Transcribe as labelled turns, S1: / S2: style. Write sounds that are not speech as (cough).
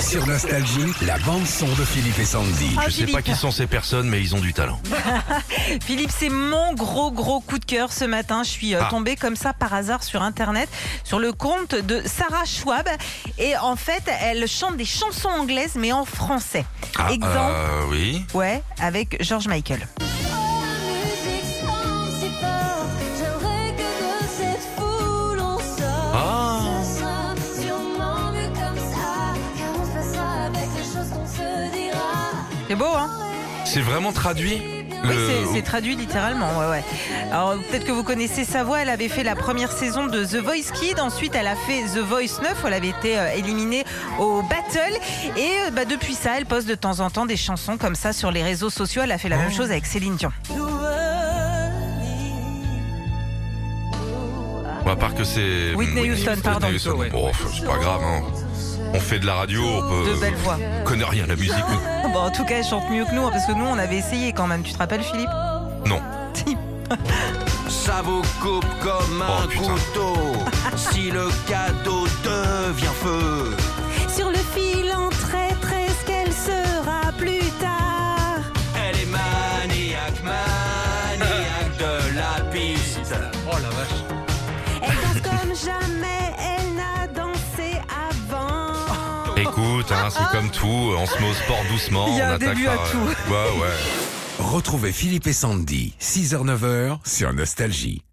S1: Sur Nostalgie, la bande-son de Philippe et Sandy.
S2: Ah,
S3: Je sais
S2: Philippe.
S3: pas qui sont ces personnes, mais ils ont du talent.
S2: (laughs) Philippe, c'est mon gros gros coup de cœur ce matin. Je suis euh,
S3: Ah.
S2: tombée comme ça par hasard sur internet sur le compte de Sarah Schwab et en fait, elle chante des chansons anglaises mais en français.
S3: Ah,
S2: Exemple,
S3: euh, oui.
S2: ouais, avec George Michael.
S4: Oh, Musique principale, j'aimerais que de cette foule on sorte.
S3: Ah,
S4: Ça sera sûrement mieux comme ça, car on se passera avec les choses qu'on se dira.
S2: C'est beau, hein
S3: c'est vraiment traduit
S2: Oui,
S3: le-
S2: c'est- c'est traduit littéralement. Ouais, ouais. Alors peut-être que vous connaissez sa voix. Elle avait fait la première saison de The Voice Kid. Ensuite, elle a fait The Voice 9. où Elle avait été euh, éliminée au Battle. Et euh, bah, depuis ça, elle poste de temps en temps des chansons comme ça sur les réseaux sociaux. Elle a fait la même chose avec Céline Dion.
S3: Bon, Bah, à part que c'est.
S2: Whitney Houston, pardon. Ouais.
S3: Bon, enfin, c'est pas grave, hein. On fait de la radio, on peut.
S2: De belles voix.
S3: On connaît rien à la musique. nous.
S2: Bon, en tout cas, elle chante mieux que nous hein, parce que nous, on avait essayé quand même. Tu te rappelles, Philippe
S3: Non.
S5: Ça vous coupe comme
S3: Oh,
S5: un
S3: putain. (laughs)
S5: couteau si le cadeau devient feu.
S4: Sur le fil en traîtresse qu'elle sera plus tard.
S5: Elle est maniaque, maniaque de la piste.
S4: Elle danse comme jamais elle n'a dansé avant.
S3: Écoute, hein, c'est comme tout, on se met au sport doucement.
S2: Il y a
S3: on
S2: un
S3: attaque
S2: début à
S3: par- euh,
S2: tout.
S3: Ouais, ouais.
S1: Retrouvez Philippe et Sandy, 6h-9h sur Nostalgie.